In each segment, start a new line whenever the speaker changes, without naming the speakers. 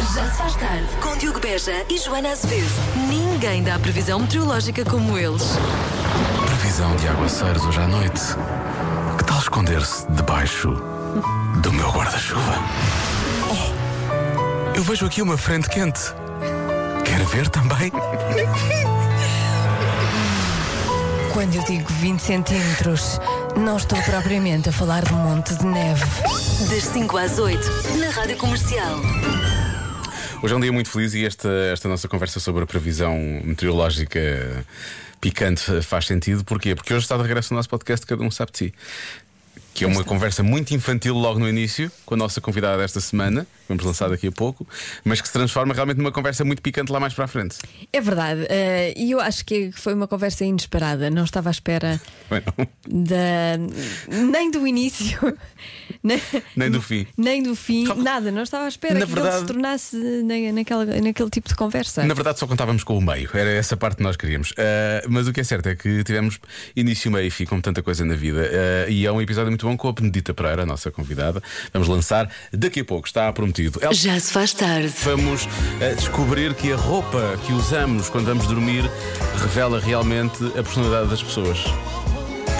Se faz tarde, com Diogo Beja e Joana Azevedo. Ninguém dá previsão meteorológica como eles.
Previsão de aguaceiros hoje à noite. Que tal esconder-se debaixo do meu guarda-chuva? Oh, eu vejo aqui uma frente quente. Quer ver também?
Quando eu digo 20 centímetros, não estou propriamente a falar de um monte de neve.
Das 5 às 8, na Rádio Comercial.
Hoje é um dia muito feliz e esta, esta nossa conversa sobre a previsão meteorológica picante faz sentido. Porquê? Porque hoje está de regresso o nosso podcast Cada Um Sabe de Si. Que é uma conversa muito infantil logo no início, com a nossa convidada desta semana, que vamos lançar daqui a pouco, mas que se transforma realmente numa conversa muito picante lá mais para a frente.
É verdade, eh, e eu acho que foi uma conversa inesperada. Não estava à espera
Bem, não?
da, nem do início, nem,
Nem do fim.
nem do fim, nada. Não estava à espera
Na
que ele
verdade-
se tornasse na- naquela, naquele tipo de conversa.
Na verdade, só contávamos com o meio, era essa parte que nós queríamos. Ah, mas o que é certo é que tivemos início, meio e fim, como tanta coisa na vida. Ah, e é um episódio muito bom com a Benedita Pereira, a nossa convidada. Vamos lançar daqui a pouco, está prometido. Ela-
Já se faz tarde,
Vamos ah, descobrir que a roupa que usamos quando vamos dormir revela realmente a personalidade das pessoas.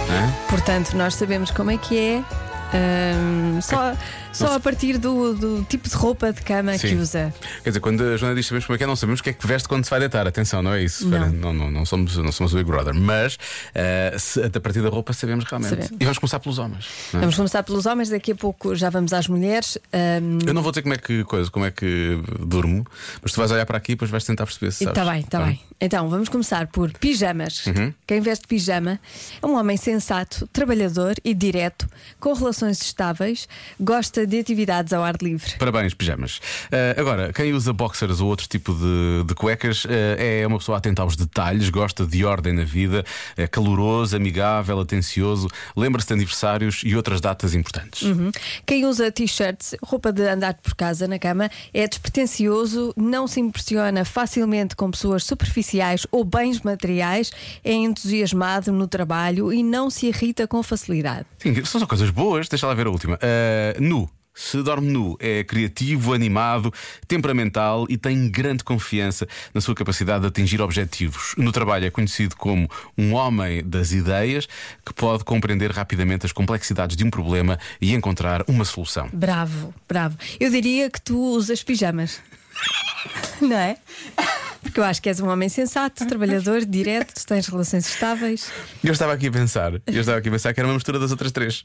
Hã?
Portanto, nós sabemos como é que é. ahm, só, só a partir do, do tipo de roupa de cama que
Sim.
usa.
Quer dizer, quando a Joana diz sabemos como é que é, não sabemos o que é que veste quando se vai deitar. Atenção, não é isso?
Não.
Espera, não, não, não somos, não somos o Big Brother. Mas ah, se- a partir da roupa sabemos realmente.
Sabemos.
E vamos começar pelos homens. não é?
Vamos começar pelos homens, daqui a pouco já vamos às mulheres. ahm,
Eu não vou dizer como é que coisa, como é que durmo, mas tu vais olhar para aqui e depois vais tentar perceber se sabes.
Está bem, está
Tá Uhum.
bem. Então, vamos começar por pijamas. Quem veste pijama é um homem sensato, trabalhador e direto, com relações estáveis, gosta de atividades ao ar livre.
Parabéns, pijamas. Ah, agora, quem usa boxers ou outro tipo de, de cuecas ah, é uma pessoa atenta aos detalhes, gosta de ordem na vida, é caloroso, amigável, atencioso, lembra-se de aniversários e outras datas importantes.
Uhum. Quem usa t-shirts, roupa de andar por casa na cama, é despretensioso, não se impressiona facilmente com pessoas superficiais ou bens materiais, é entusiasmado no trabalho e não se irrita com facilidade.
Sim, são só coisas boas, deixa lá ver a última. Ah, nu. Se dorme nu, é criativo, animado, temperamental e tem grande confiança na sua capacidade de atingir objetivos. No trabalho é conhecido como um homem das ideias que pode compreender rapidamente as complexidades de um problema e encontrar uma solução.
Bravo, bravo. Eu diria que tu usas pijamas. Não é? Porque eu acho que és um homem sensato, trabalhador, direto, tu tens relações estáveis.
Eu estava aqui a pensar, eu estava aqui a pensar que era uma mistura das outras três.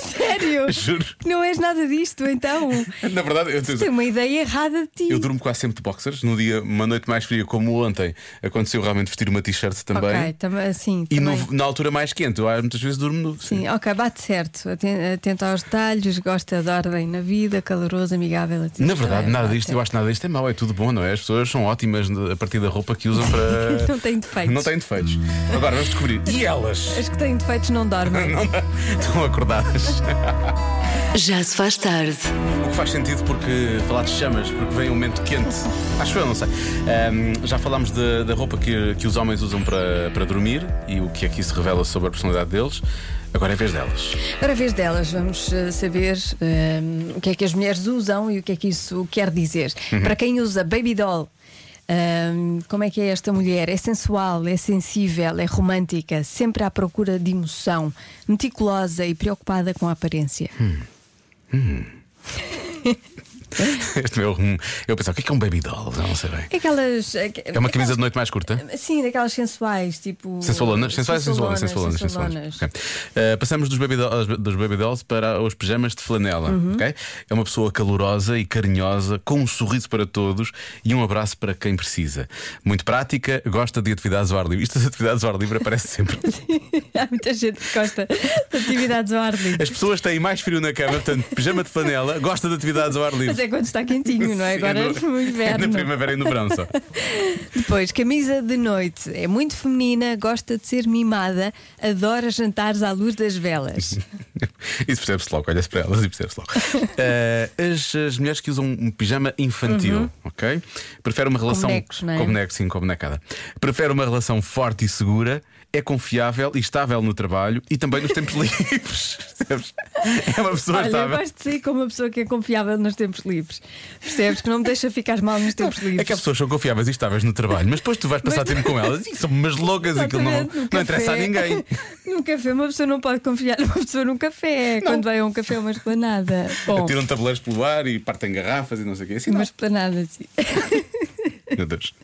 Sério?
Juro.
Não és nada disto, então.
Na verdade, eu
Tenho uma ideia errada de ti.
é. Eu durmo quase sempre de boxers. No dia, uma noite mais fria, como ontem, aconteceu realmente vestir uma t-shirt também.
Ok, tam assim.
E no-
também.
na altura mais quente, eu ah, muitas vezes durmo no.
Sim, ok, bate certo. Aten- Atento aos detalhes, gosta de ordem na vida, caloroso, amigável.
Na verdade, nada disto, eu acho que nada disto é mau, é tudo bom, não é? As pessoas são ótimas na- a partir da roupa que usam para.
Não têm defeitos.
Não têm defeitos. Agora vamos descobrir. E elas?
As que têm defeitos não dormem.
Não, estão acordadas.
já se faz tarde,
O que faz sentido porque falar de chamas, porque vem um momento quente. Acho eu, não sei. Ahm, já falámos da- da roupa que, que os homens usam para, para dormir e o que é que isso revela sobre a personalidade deles. Agora é vez delas.
Para a vez delas, vamos eh, saber eh, o que é que as mulheres usam e o que é que isso quer dizer.
Uhum.
Para quem usa baby doll, eh, como é que é esta mulher? É sensual, é sensível, é romântica, sempre à procura de emoção, meticulosa e preocupada com a aparência.
Hum. Este meu rumo. Eu pensava, o que é que é um baby doll? Não sei bem.
É Aquelas. É
É uma camisa de noite mais curta?
Sim, daquelas sensuais, tipo.
Sensualonas? Sensuais, sensualonas, sensualonas, sensualonas.
sensualonas.
Ok. Uh, passamos dos baby, dolls, dos baby dolls para os pijamas de flanela.
Uhum.
ok? É uma pessoa calorosa e carinhosa, com um sorriso para todos e um abraço para quem precisa. Muito prática, gosta de atividades ao ar livre. Isto das atividades ao ar livre aparece sempre.
Há muita gente que gosta de atividades ao ar livre.
As pessoas têm mais frio na cama, portanto, pijama de flanela, gosta de atividades ao ar
Mas
livre.
é quando está quentinho, não é?
Sim,
Agora
no-
no inverno.
É na primavera e no verão só.
Depois, camisa de noite. É muito feminina, gosta de ser mimada, adora jantares à luz das velas.
Isso percebe-se logo, olha-se para elas e percebe-se logo. Eh, as, as mulheres que usam um pijama infantil, ok? Ok. Prefere uma relação.
Uhum. bonecos, não é?
com bonecos, sim, com bonecada. Prefere uma relação forte e segura, é confiável e estável no trabalho e também nos tempos livres. Percebes? É uma pessoa
Olha, eu
estável.
gosto de sair como uma pessoa que é confiável nos tempos livres. Percebes que não me deixa ficar mal nos tempos livres.
É que as pessoas são confiáveis e estáveis no trabalho, mas depois tu vais passar
Mas-
tempo com elas e são umas loucas e aquilo não,
Exatamente, no
não interessa a
café.
ninguém.
Num café, uma pessoa não pode confiar numa pessoa num café. Quando vai a um café, uma esplanada. Bom,
Tiram tabuleiros pelo ar e partem garrafas e não sei o quê. Assim, não.
uma esplanada, sim.
Meu Deus.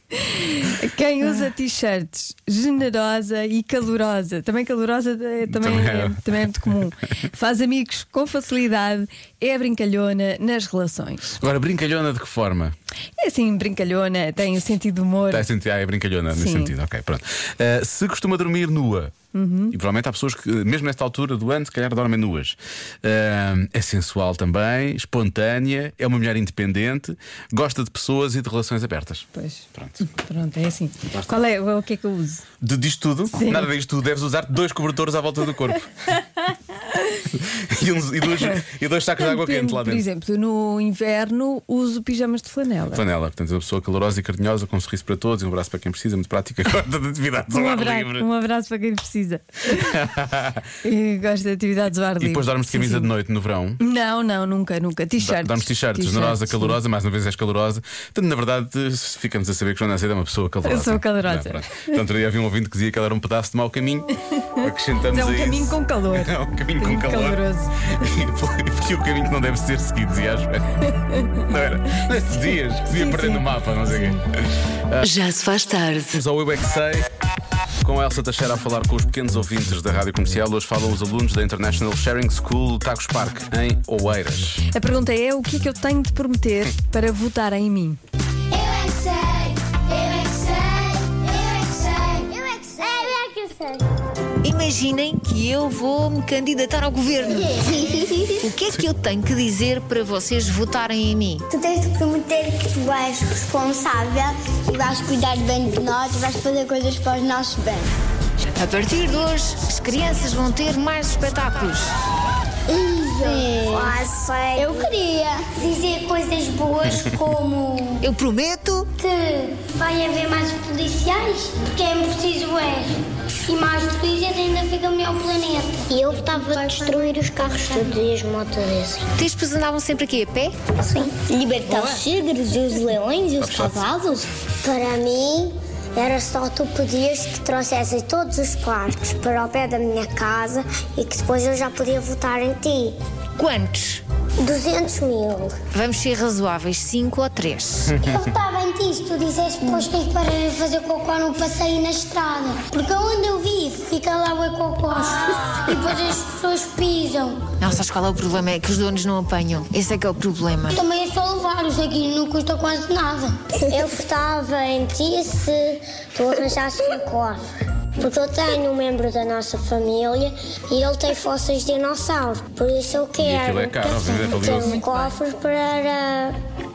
Quem usa t-shirts generosa e calorosa, também calorosa é- também,
Também
é,
é.
também é muito comum, faz amigos com facilidade, é brincalhona nas relações.
Agora, brincalhona de que forma?
É assim, brincalhona, tem o sentido de humor.
Está a sentir, ah, é brincalhona nesse
Sim.
sentido, ok, pronto. Ah, se costuma dormir nua,
Uhum.
e provavelmente há pessoas que, mesmo nesta altura do ano, se calhar dormem nuas, Ah, é sensual também, espontânea, é uma mulher independente, gosta de pessoas e de relações abertas.
Pois,
Pronto.
pronto, é assim. Qual é o que é que eu uso?
De, disto tudo,
Sim.
nada disto tudo, deves usar dois cobertores à volta do corpo e, uns- e duas- e dois sacos de água
Depende,
quente lá
por
dentro.
exemplo, no inverno uso pijamas de flanela.
Vanela, portanto, uma pessoa calorosa e carinhosa, com um sorriso para todos, e um abraço para quem precisa, muito prática, gosta de atividades ao
Um
ar
abraço,
livre.
um abraço para quem precisa. e gosto de atividades ao ar livre.
E depois dormes de
Sim,
camisa
sim.
de noite no verão.
Não, não, nunca, nunca. T-shirts.
Dormes t-shirt,
T-shirts,
generosa,
sim.
calorosa, mais uma vez és calorosa. Portanto, na verdade, se ficamos a saber que Joana Azevedo é uma pessoa calorosa.
Eu sou calorosa.
Ah, pronto. Portanto, outro dia havia um ouvinte que dizia que ela era um pedaço de mau caminho. Acrescentamos
É
a
um
isso.
caminho com calor.
É um caminho com
Caminho
calor.
caloroso.
E porque o caminho que não deve ser seguido, dizia a Joana. Não era? Nestes dias, que se ia
Sim,
perder
sim.
no mapa, não sei o quê.
Já se faz tarde.
Vamos ao Eu É Que Sei, com a Elsa Teixeira a falar com os pequenos ouvintes da Rádio Comercial. Hoje falam os alunos da International Sharing School Tacos Park, em Oeiras.
A pergunta é: o que é que eu tenho de prometer para votarem em mim?
Eu é que sei, eu é que sei, eu é que sei, eu é que sei, eu é que sei,
Imaginem que eu vou me candidatar ao governo.
eu é que sei.
O que é que eu tenho que dizer para vocês votarem em mim?
Tu tens de prometer que tu és responsável e vais cuidar bem de nós e vais fazer coisas para os nossos bens.
A partir de hoje, as crianças vão ter mais espetáculos.
Sim. Ah, sei. Eu queria dizer coisas boas como
Eu prometo.
que vai haver mais policiais, porque é preciso é. E mais polícias ainda fica melhor o planeta. E eu estava a destruir os carros todos e as motos assim.
Tespas andavam sempre aqui a pé?
Sim. Libertar os tigres, os leões, os cavalos. Para mim, era só tu pedias que trouxessem todos os parques para o pé da minha casa e que depois eu já podia votar em ti.
Quantos?
200 mil.
Vamos ser razoáveis, cinco ou três.
Eu votava em ti se tu disseste para os cães para fazer cocó no passeio e na estrada. Porque onde eu vivo, fica lá o cocó. E depois as pessoas pisam.
Não, sabes qual é o problema? É que os donos não apanham. Esse é que é o problema.
Também é só levar, isso aqui não custa quase nada. Eu votava em ti se tu arranjasses um cofre. Porque eu tenho um membro da nossa família e ele tem fósseis de dinossauro. Por isso eu quero
aquilo é caro, obviamente, é
ter
valioso.
um cofre para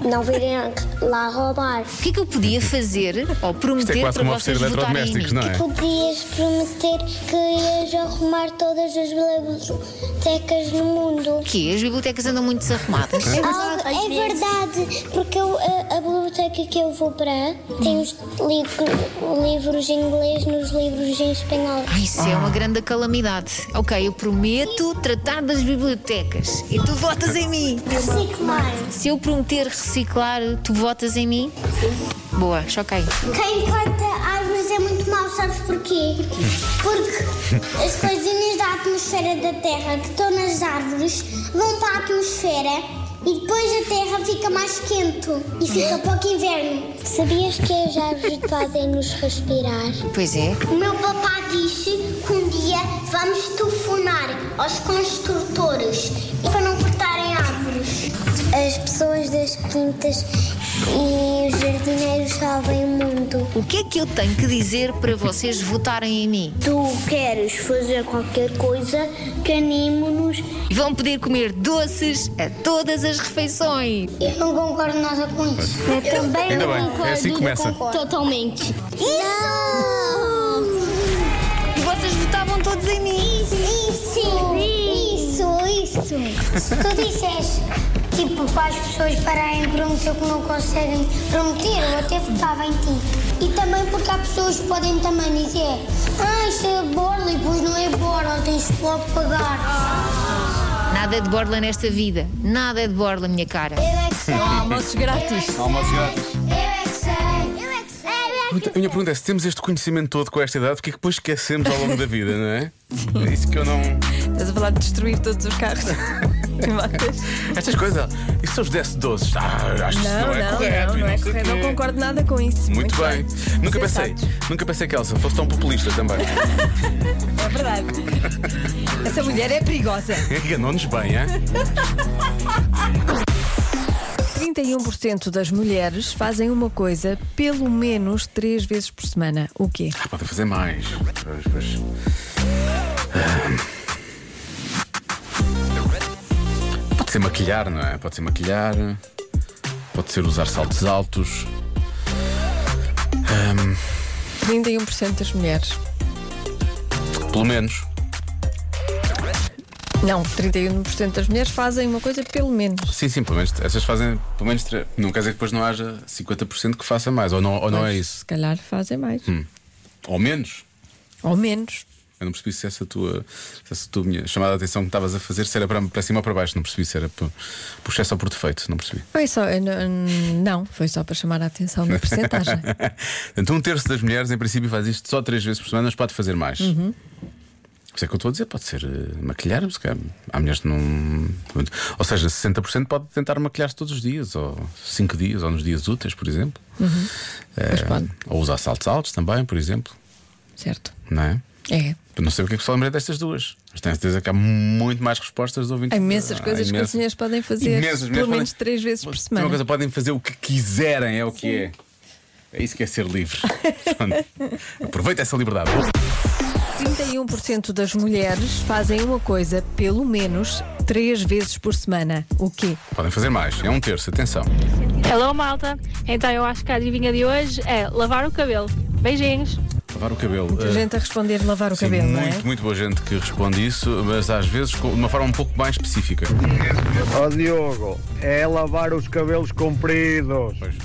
não virem lá roubar.
O que é que eu podia fazer ou
Isto
prometer
é quase
para
como
vocês
oferecer
votarem em mim?
eletrodomésticos, não é?
Podias prometer que ias arrumar todas as bibliotecas no mundo.
O quê? As bibliotecas andam muito desarrumadas.
Ah, é verdade, porque eu, a, a biblioteca que eu vou para tem os livro- livros em inglês nos livros em espanhol.
Ah, isso é uma grande calamidade. Ok, eu prometo tratar das bibliotecas. E tu votas em mim.
Reciclar.
Se eu prometer reciclar, tu votas em mim? Sim. Boa, choquei.
Quem corta árvores é muito mau, sabes porquê? Porque as coisinhas da atmosfera da Terra que estão nas árvores vão para a atmosfera e depois a Terra fica mais quente e fica pouco inverno. Sabias que as árvores fazem nos respirar?
Pois é.
O meu papá disse que um dia vamos telefonar aos construtores para não cortarem árvores. As pessoas das quintas e os jardineiros salvem o mundo.
O que é que eu tenho que dizer para vocês votarem em mim?
Tu queres fazer qualquer coisa que anime-nos.
E vão poder comer doces a todas as refeições.
Eu não concordo nada com isso. Eu também
Ainda não bem, é concordo. assim que começa.
Totalmente. Isso!
E vocês votavam todos em mim.
Isso, isso, isso. Se tu disseres Tipo, para as pessoas pararem de prometer o que não conseguem prometer, eu até votava em ti. E também porque há pessoas que podem também dizer Ah, isto é borla e depois não é borla, tens logo de pagar.
Nada é de borla nesta vida. Nada é de borla, minha cara.
Eu é que sei, é
Não há almoços grátis.
Almoço grátis.
eu é que sei, eu é que sei, eu é que
Muito- A minha pergunta é: se temos este conhecimento todo com esta idade, porque é que depois esquecemos ao longo da vida, não é? É isso que eu não.
Estás a falar de destruir todos os carros. E motas.
Estas coisas. E se eu vos desse doces? Ah, acho que isso não,
não,
é
não,
correto.
não,
e
não é
sei
correto.
quê.
Não concordo nada com isso.
Muito bem. Nunca pensei,
Sensatos.
nunca pensei que Elsa fosse tão populista também.
É verdade. Essa mulher é perigosa.
Enganou-nos bem, hein?
31% das mulheres fazem uma coisa pelo menos três vezes por semana. O quê?
Ah, podem fazer mais. Pois, pois. Ah. Pode ser maquilhar, não é? Pode ser maquilhar. Pode ser usar saltos altos.
31% das mulheres.
Pelo menos.
Não, 31% das mulheres fazem uma coisa pelo menos.
Sim, sim, pelo menos. Essas fazem pelo menos. tre- Não quer dizer que depois não haja 50% que faça mais. Ou não, ou não é isso. Hum.
Se calhar fazem mais.
Ou menos.
Ou menos.
Eu não percebi se essa tua, se essa tua minha chamada de atenção que estavas a fazer se era para, para cima ou para baixo. Não percebi se era por, por excesso ou por defeito. Não percebi.
Foi só, eu não, não, foi só para chamar a atenção na porcentagem.
Portanto, um terço das mulheres, em princípio, faz isto só três vezes por semana, mas pode fazer mais.
Uhum.
Isso é que eu estou a dizer, pode ser eh, maquilhar, se calhar. há mulheres que não. Ou seja, 60% pode tentar maquilhar-se todos os dias, ou 5 dias, ou nos dias úteis, por exemplo. Eh,
Uhum. Pois pode.
ou usar saltos altos também, por exemplo.
certo.
Não é?
É.
Eu Não sei porque é que só lembrei destas duas, mas tenho certeza que há muito mais respostas de ouvintes.
Há imensas
Há
coisas que as
imensas.
mulheres podem fazer
Imensas,
pelo
mulheres podem-
menos três vezes por
Tem
semana.
Uma coisa, podem fazer o que quiserem, é o que é. É isso que é ser livre. Portanto, Aproveita essa liberdade.
31% das mulheres fazem uma coisa pelo menos três vezes por semana. O quê?
Podem fazer mais, é um terço, atenção.
Hello, malta. Então eu acho que a adivinha de hoje é lavar o cabelo. Beijinhos.
Lavar o cabelo.
Muita
eh,
gente a responder lavar o
sim,
cabelo, não
muito,
é?
muito boa gente que responde isso, mas às vezes com- de uma forma um pouco mais específica.
Ó Diogo, é lavar os cabelos compridos.
Pois.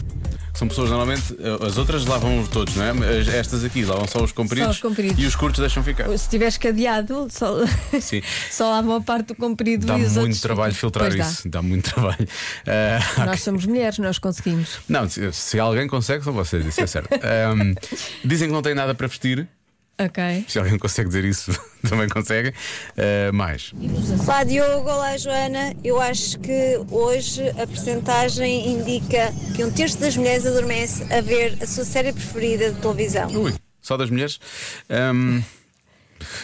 São pessoas normalmente, eh, as outras lavam os todos, não é? Mas Estas aqui lavam só os compridos,
Só os compridos.
e os curtos deixam ficar.
Se tiveres cadeado, só,
Sim.
só lava uma parte do comprido
Dá
e os
muito
outros-
trabalho filtrar
Pois dá.
isso, dá muito trabalho. Eh,
Nós somos mulheres, nós conseguimos.
Não, se, se alguém consegue, são vocês, isso é certo. Ahm, dizem que não têm nada para vestir.
Ok.
Se alguém consegue dizer isso, também consegue. Ah, mais.
Olá Diogo, olá Joana. Eu acho que hoje a percentagem indica que um terço das mulheres adormece a ver a sua série preferida de televisão.
Ui, só das mulheres. Ahm,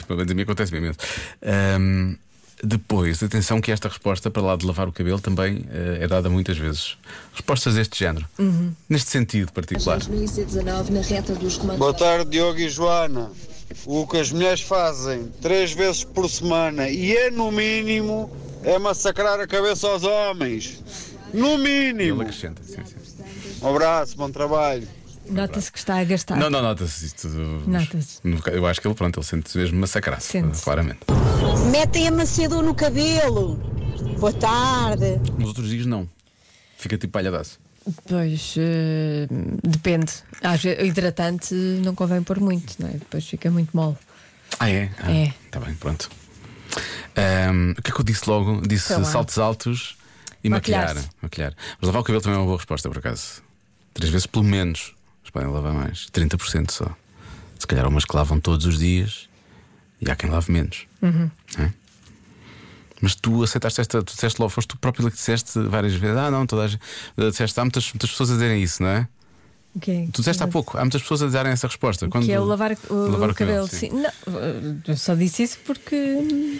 Pelo menos a mim acontece imenso. Ahm, depois, atenção que esta resposta para lá de lavar o cabelo também ah, é dada muitas vezes. Respostas deste género.
Uhum.
Neste sentido particular.
Boa tarde, Diogo e Joana. O que as mulheres fazem três vezes por semana e é no mínimo é massacrar a cabeça aos homens. No
Ele
mínimo.
acrescenta. Sim, sim.
Um abraço, bom trabalho.
Nota-se que está a gastar.
Não, não, nota-se isto.
Ah, Nota-se.
Eu acho que ele, pronto, ele sente-se mesmo massacrado.
Sente-se.
Claramente.
Metem amaciador no cabelo. Boa tarde.
Nos outros dias, não. Fica tipo palhadaço.
Pois eh, depende. Às vezes, o hidratante não convém pôr muito, não é? Depois fica muito mole.
Ah, é? Ah,
É.
Tá bem, pronto. Ahm, o que é que eu disse logo? Disse
Sei lá.
saltos altos e maquilhar.
Maquilhar-se.
maquilhar. Mas lavar o cabelo também é uma boa resposta, por acaso. Três vezes pelo menos. Mas podem lavar mais. 30% só. Se calhar há umas que lavam todos os dias e há quem lave menos.
Uhum.
Hã? Mas tu aceitaste esta, tu disseste logo, foste tu próprio que disseste várias vezes. Ah, não, toda a gente. Disseste, há muitas, muitas pessoas a dizerem isso, não é?
O quê?
Tu disseste há pouco, há muitas pessoas a dizerem essa resposta.
Que é Uhum. o lavar o,
Lavar
o cabelo.
sim.
sim. Não, eu só disse isso porque.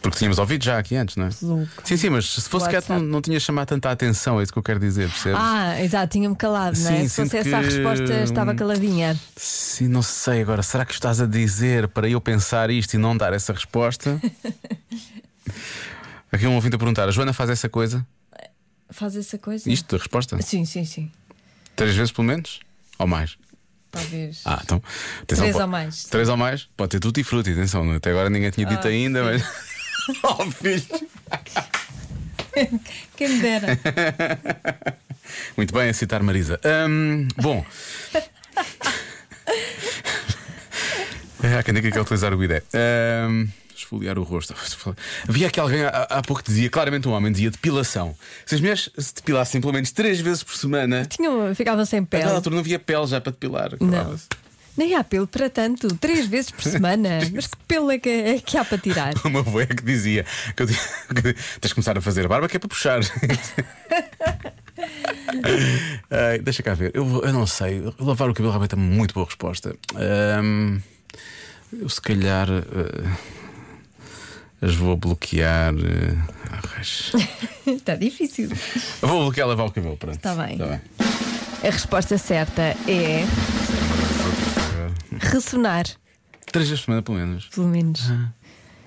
Porque tínhamos ouvido já aqui antes, não é?
Louco.
Sim, sim, mas se fosse
Do
que não,
WhatsApp.
não tinha chamado tanta atenção, é isso que eu quero dizer, percebes?
Ah, exato, tinha-me calado, não é?
Sim,
Se fosse
sinto
essa a
que- hum,
resposta, estava caladinha.
Sim, não sei agora. Será que estás a dizer para eu pensar isto e não dar essa resposta? Aqui um ouvinte a perguntar: a Joana faz essa coisa?
Faz essa coisa?
Isto, a resposta?
Sim, sim, sim.
Três vezes pelo menos? Ou mais?
Talvez.
Ah, então. atenção,
Três
pode-
ou mais. Ah,
Três ou mais? Pode ter tudo e fruto, atenção, até agora ninguém tinha dito ainda, mas. oh, filho!
Quem me dera.
Muito bem, a citar Marisa. Hum, bom. Há quem diga que é utilizar o bidé. Hum, esfoliar o rosto. Havia aqui alguém há, há pouco que dizia, claramente um homem, dizia depilação. Se as mulheres se depilassem pelo menos três vezes por semana,
Tinham, ficavam um, sem
a
pele.
dada altura não havia pele já para depilar.
Não.
acabava-se.
Nem há pelo para tanto, três vezes por semana. Mas que pelo é que, é que há para tirar?
Uma boia que dizia que eu tinha- que tens de começar a fazer barba que é para puxar. Ai, deixa cá ver, eu, vou- eu não sei. Lavar o cabelo realmente é uma muito boa resposta. Ahm, eu se calhar eh, as vou bloquear. eh, ah, raios.
Está difícil.
vou bloquear lavar o cabelo, pronto.
Tá bem.
Tá bem.
A resposta certa é ressonar,
Três vezes por semana, pelo menos.
pelo menos.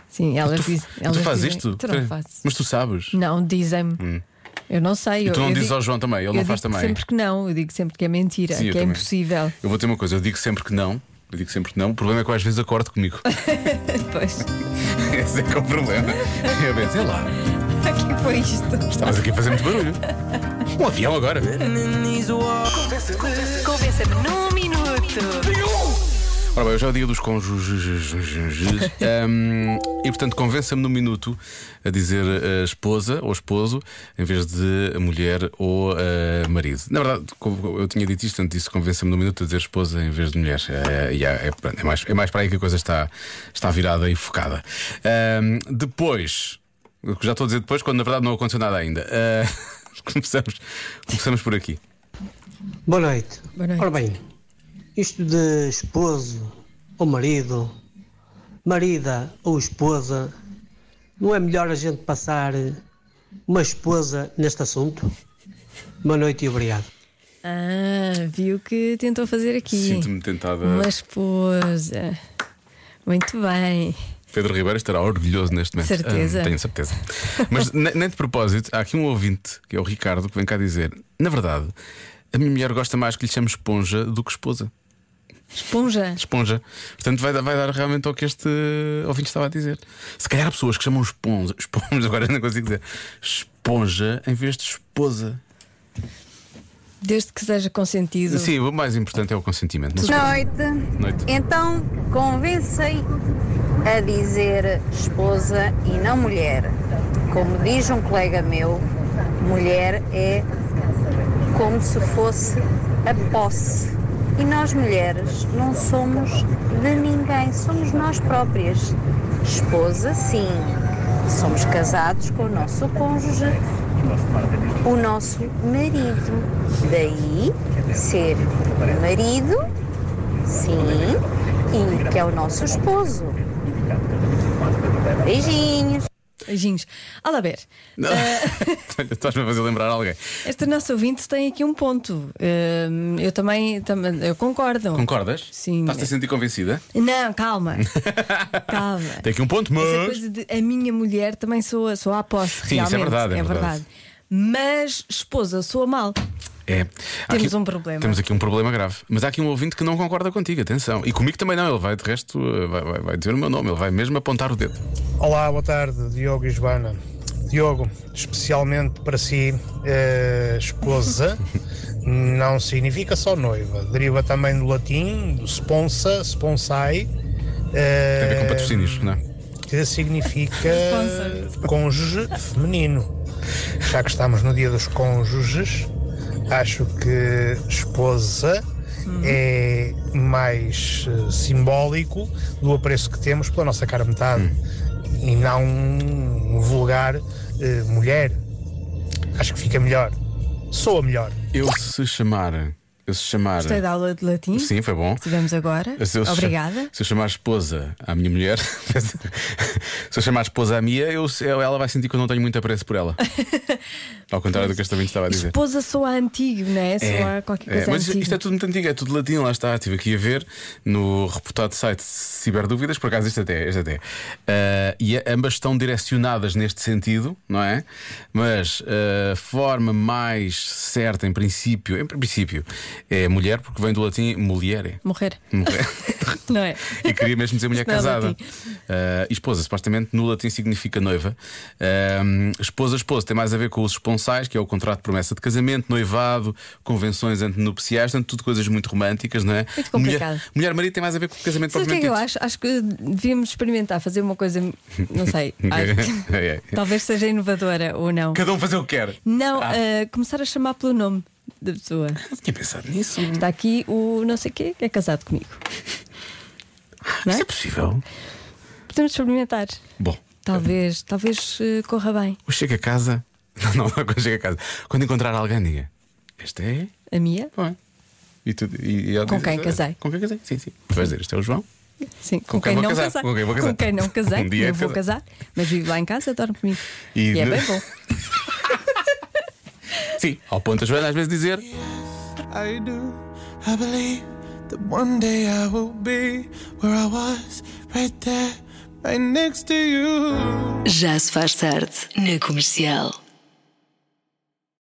Sim, elas dizem.
Ah. tu
elas
fazes
dizem-
isto?
Tu não fazes.
Mas tu sabes.
Não, dizem-me. Eu não sei.
E
eu,
tu não
eu
dizes
digo-
ao João também, ele
eu
não faz
digo
também.
sempre que não, eu digo sempre que é mentira,
Sim, eu
que é
também.
impossível.
Eu vou ter uma coisa, eu digo sempre que não. Eu digo sempre que não. O problema é que eu às vezes acordo comigo.
Pois,
Esse é que é o problema. Eu penso, sei lá,
que foi isto?
estavas aqui a fazer muito barulho. Um avião agora.
Convença-me num minuto.
Ora bem, hoje é o dia dos cônjuges. Ahm, e portanto, convença-me num minuto a dizer a esposa ou esposo em vez de a mulher ou a marido. Na verdade, como eu tinha dito isto, portanto, disse convença-me num minuto a dizer esposa em vez de mulher. Eh, e é, é, pronto, é mais, é mais para aí que a coisa está, está virada e focada. Ahm, depois, o que já estou a dizer depois, quando na verdade não aconteceu nada ainda. Ah, começamos, começamos por aqui.
Boa noite.
Boa noite.
Ora bem, isto de esposo ou marido, marida ou esposa, não é melhor a gente passar uma esposa neste assunto? Boa noite e obrigado.
Ah, viu o que tentou fazer aqui.
Sinto-me ah. tentada.
Uma esposa. Muito bem.
Pedro Ribeiro estará orgulhoso neste momento.
Certeza.
Ah, tenho certeza. Mas ne- nem de propósito, há aqui um ouvinte, que é o Ricardo, que vem cá dizer: na verdade, a minha mulher gosta mais que lhe chame esponja do que esposa.
Esponja.
Esponja. Portanto, vai, dar- vai dar realmente ao que este ouvinte estava a dizer. Se calhar há pessoas que chamam esponja, esponja, agora não consigo dizer, esponja em vez de esposa.
Desde que seja consentido.
Sim, o mais importante é o consentimento. Não sei.
Noite.
Noite.
É,
Então, convencem a dizer esposa e não mulher. Como diz um colega meu, mulher é como se fosse a posse. E nós mulheres não somos de ninguém, somos nós próprias. Esposa, sim. Somos casados com o nosso cônjuge, o nosso marido. Daí ser marido Sim, e que é o nosso esposo. Beijinhos.
Beijinhos. Olá, Ber.
Não.
eh,
Estás-me a fazer lembrar alguém.
Esta nossa ouvinte tem aqui um ponto. Hum, eu também, também eu concordo.
Concordas?
Sim.
Estás-te a sentir convencida?
Não, calma. calma.
Tem aqui um ponto,
É. Essa
mas.
coisa de a minha mulher também soa, soa à
Sim,
posse,
isso é
realmente.
verdade, é verdade.
Mas esposa soa mal.
É. Há
Temos um problema.
Temos aqui um problema grave. Mas há aqui um ouvinte que não concorda contigo, atenção. E comigo também não, ele vai de resto, eh, vai, vai- vai dizer o meu nome, ele vai mesmo apontar o dedo.
Olá, boa tarde, Diogo e Joana. Diogo, especialmente para si, eh, esposa não significa só noiva, deriva também do latim, do sponsa,
Tem
sponsai,
a ver com
eh,
patrocínios, não é?
que significa
Sponsor.
cônjuge feminino. Já que estamos no dia dos cônjuges, acho que esposa é mais eh, simbólico do apreço que temos pela nossa cara metade e não um vulgar eh, mulher. Acho que fica melhor. Soa melhor.
Eu se chamar. Eu se chamar.
Gostei da aula de latim que
É. Sim, foi bom.
tivemos agora.
Se eu se cha-
Obrigada.
Se eu chamar esposa à minha mulher, se eu chamar esposa à minha, eu, eu- ela vai sentir que eu não tenho muito apreço por ela. Ao contrário do que este ouvinte estava a dizer.
Esposa soa antigo, não é? Soa a qualquer coisa
mas
antiga.
isto é tudo muito antigo, é tudo latino, lá está. Estive aqui a ver no reputado site Ciberdúvidas, por acaso isto até, isto até. Ah, e a- ambas estão direcionadas neste sentido, não é? Mas a forma mais certa, em princípio, em princípio, é mulher, porque vem do latim mulhere.
Morrer.
Mulher.
Não é?
E queria mesmo dizer mulher
Isto não é
casada.
latim.
Ah, e esposa, supostamente no latim significa noiva. Ah, esposa, esposa, tem mais a ver com os esponsais, que é o contrato de promessa de casamento, noivado, convenções antenupciais, portanto, tudo coisas muito românticas, não é?
Muito complicado.
Mulher, mulher marido tem mais a ver com o casamento
Sabe o que é que eu
propriamente
acho? Acho que devíamos experimentar fazer uma coisa, não sei, acho que-
Ok.
talvez seja inovadora ou não.
Cada um fazer o É, que quer.
Não,
Ah,
eh, começar a chamar pelo nome da pessoa.
não tinha pensado nisso.
Está aqui o não sei quê, que é casado comigo. Não
Isso é possível.
Podemos experimentar.
Bom,
Talvez, talvez eh, corra bem.
eu chego a casa. Não, não, quando chego a casa. Quando encontrar alguém, diga: Este é.
A minha?
E tu, e, e ela
Com
diz,
quem
"Ah,
casei."
Com quem casei? Sim, sim. Tu vais dizer: Este é o João.
Sim, com,
Com quem
quem,
vou
não
casar,
casar.
com quem vou casar.
Com quem não casei,
Um dia
eu
é
vou
casar.
casar, mas vivo lá em casa, dorme comigo.
E
E, é
de-
bem bom.
Sim, ao ponto a Joana às vezes dizer:
I do. I believe that one day I will be where I was, right there, right next to you.
Já se faz tarde na comercial.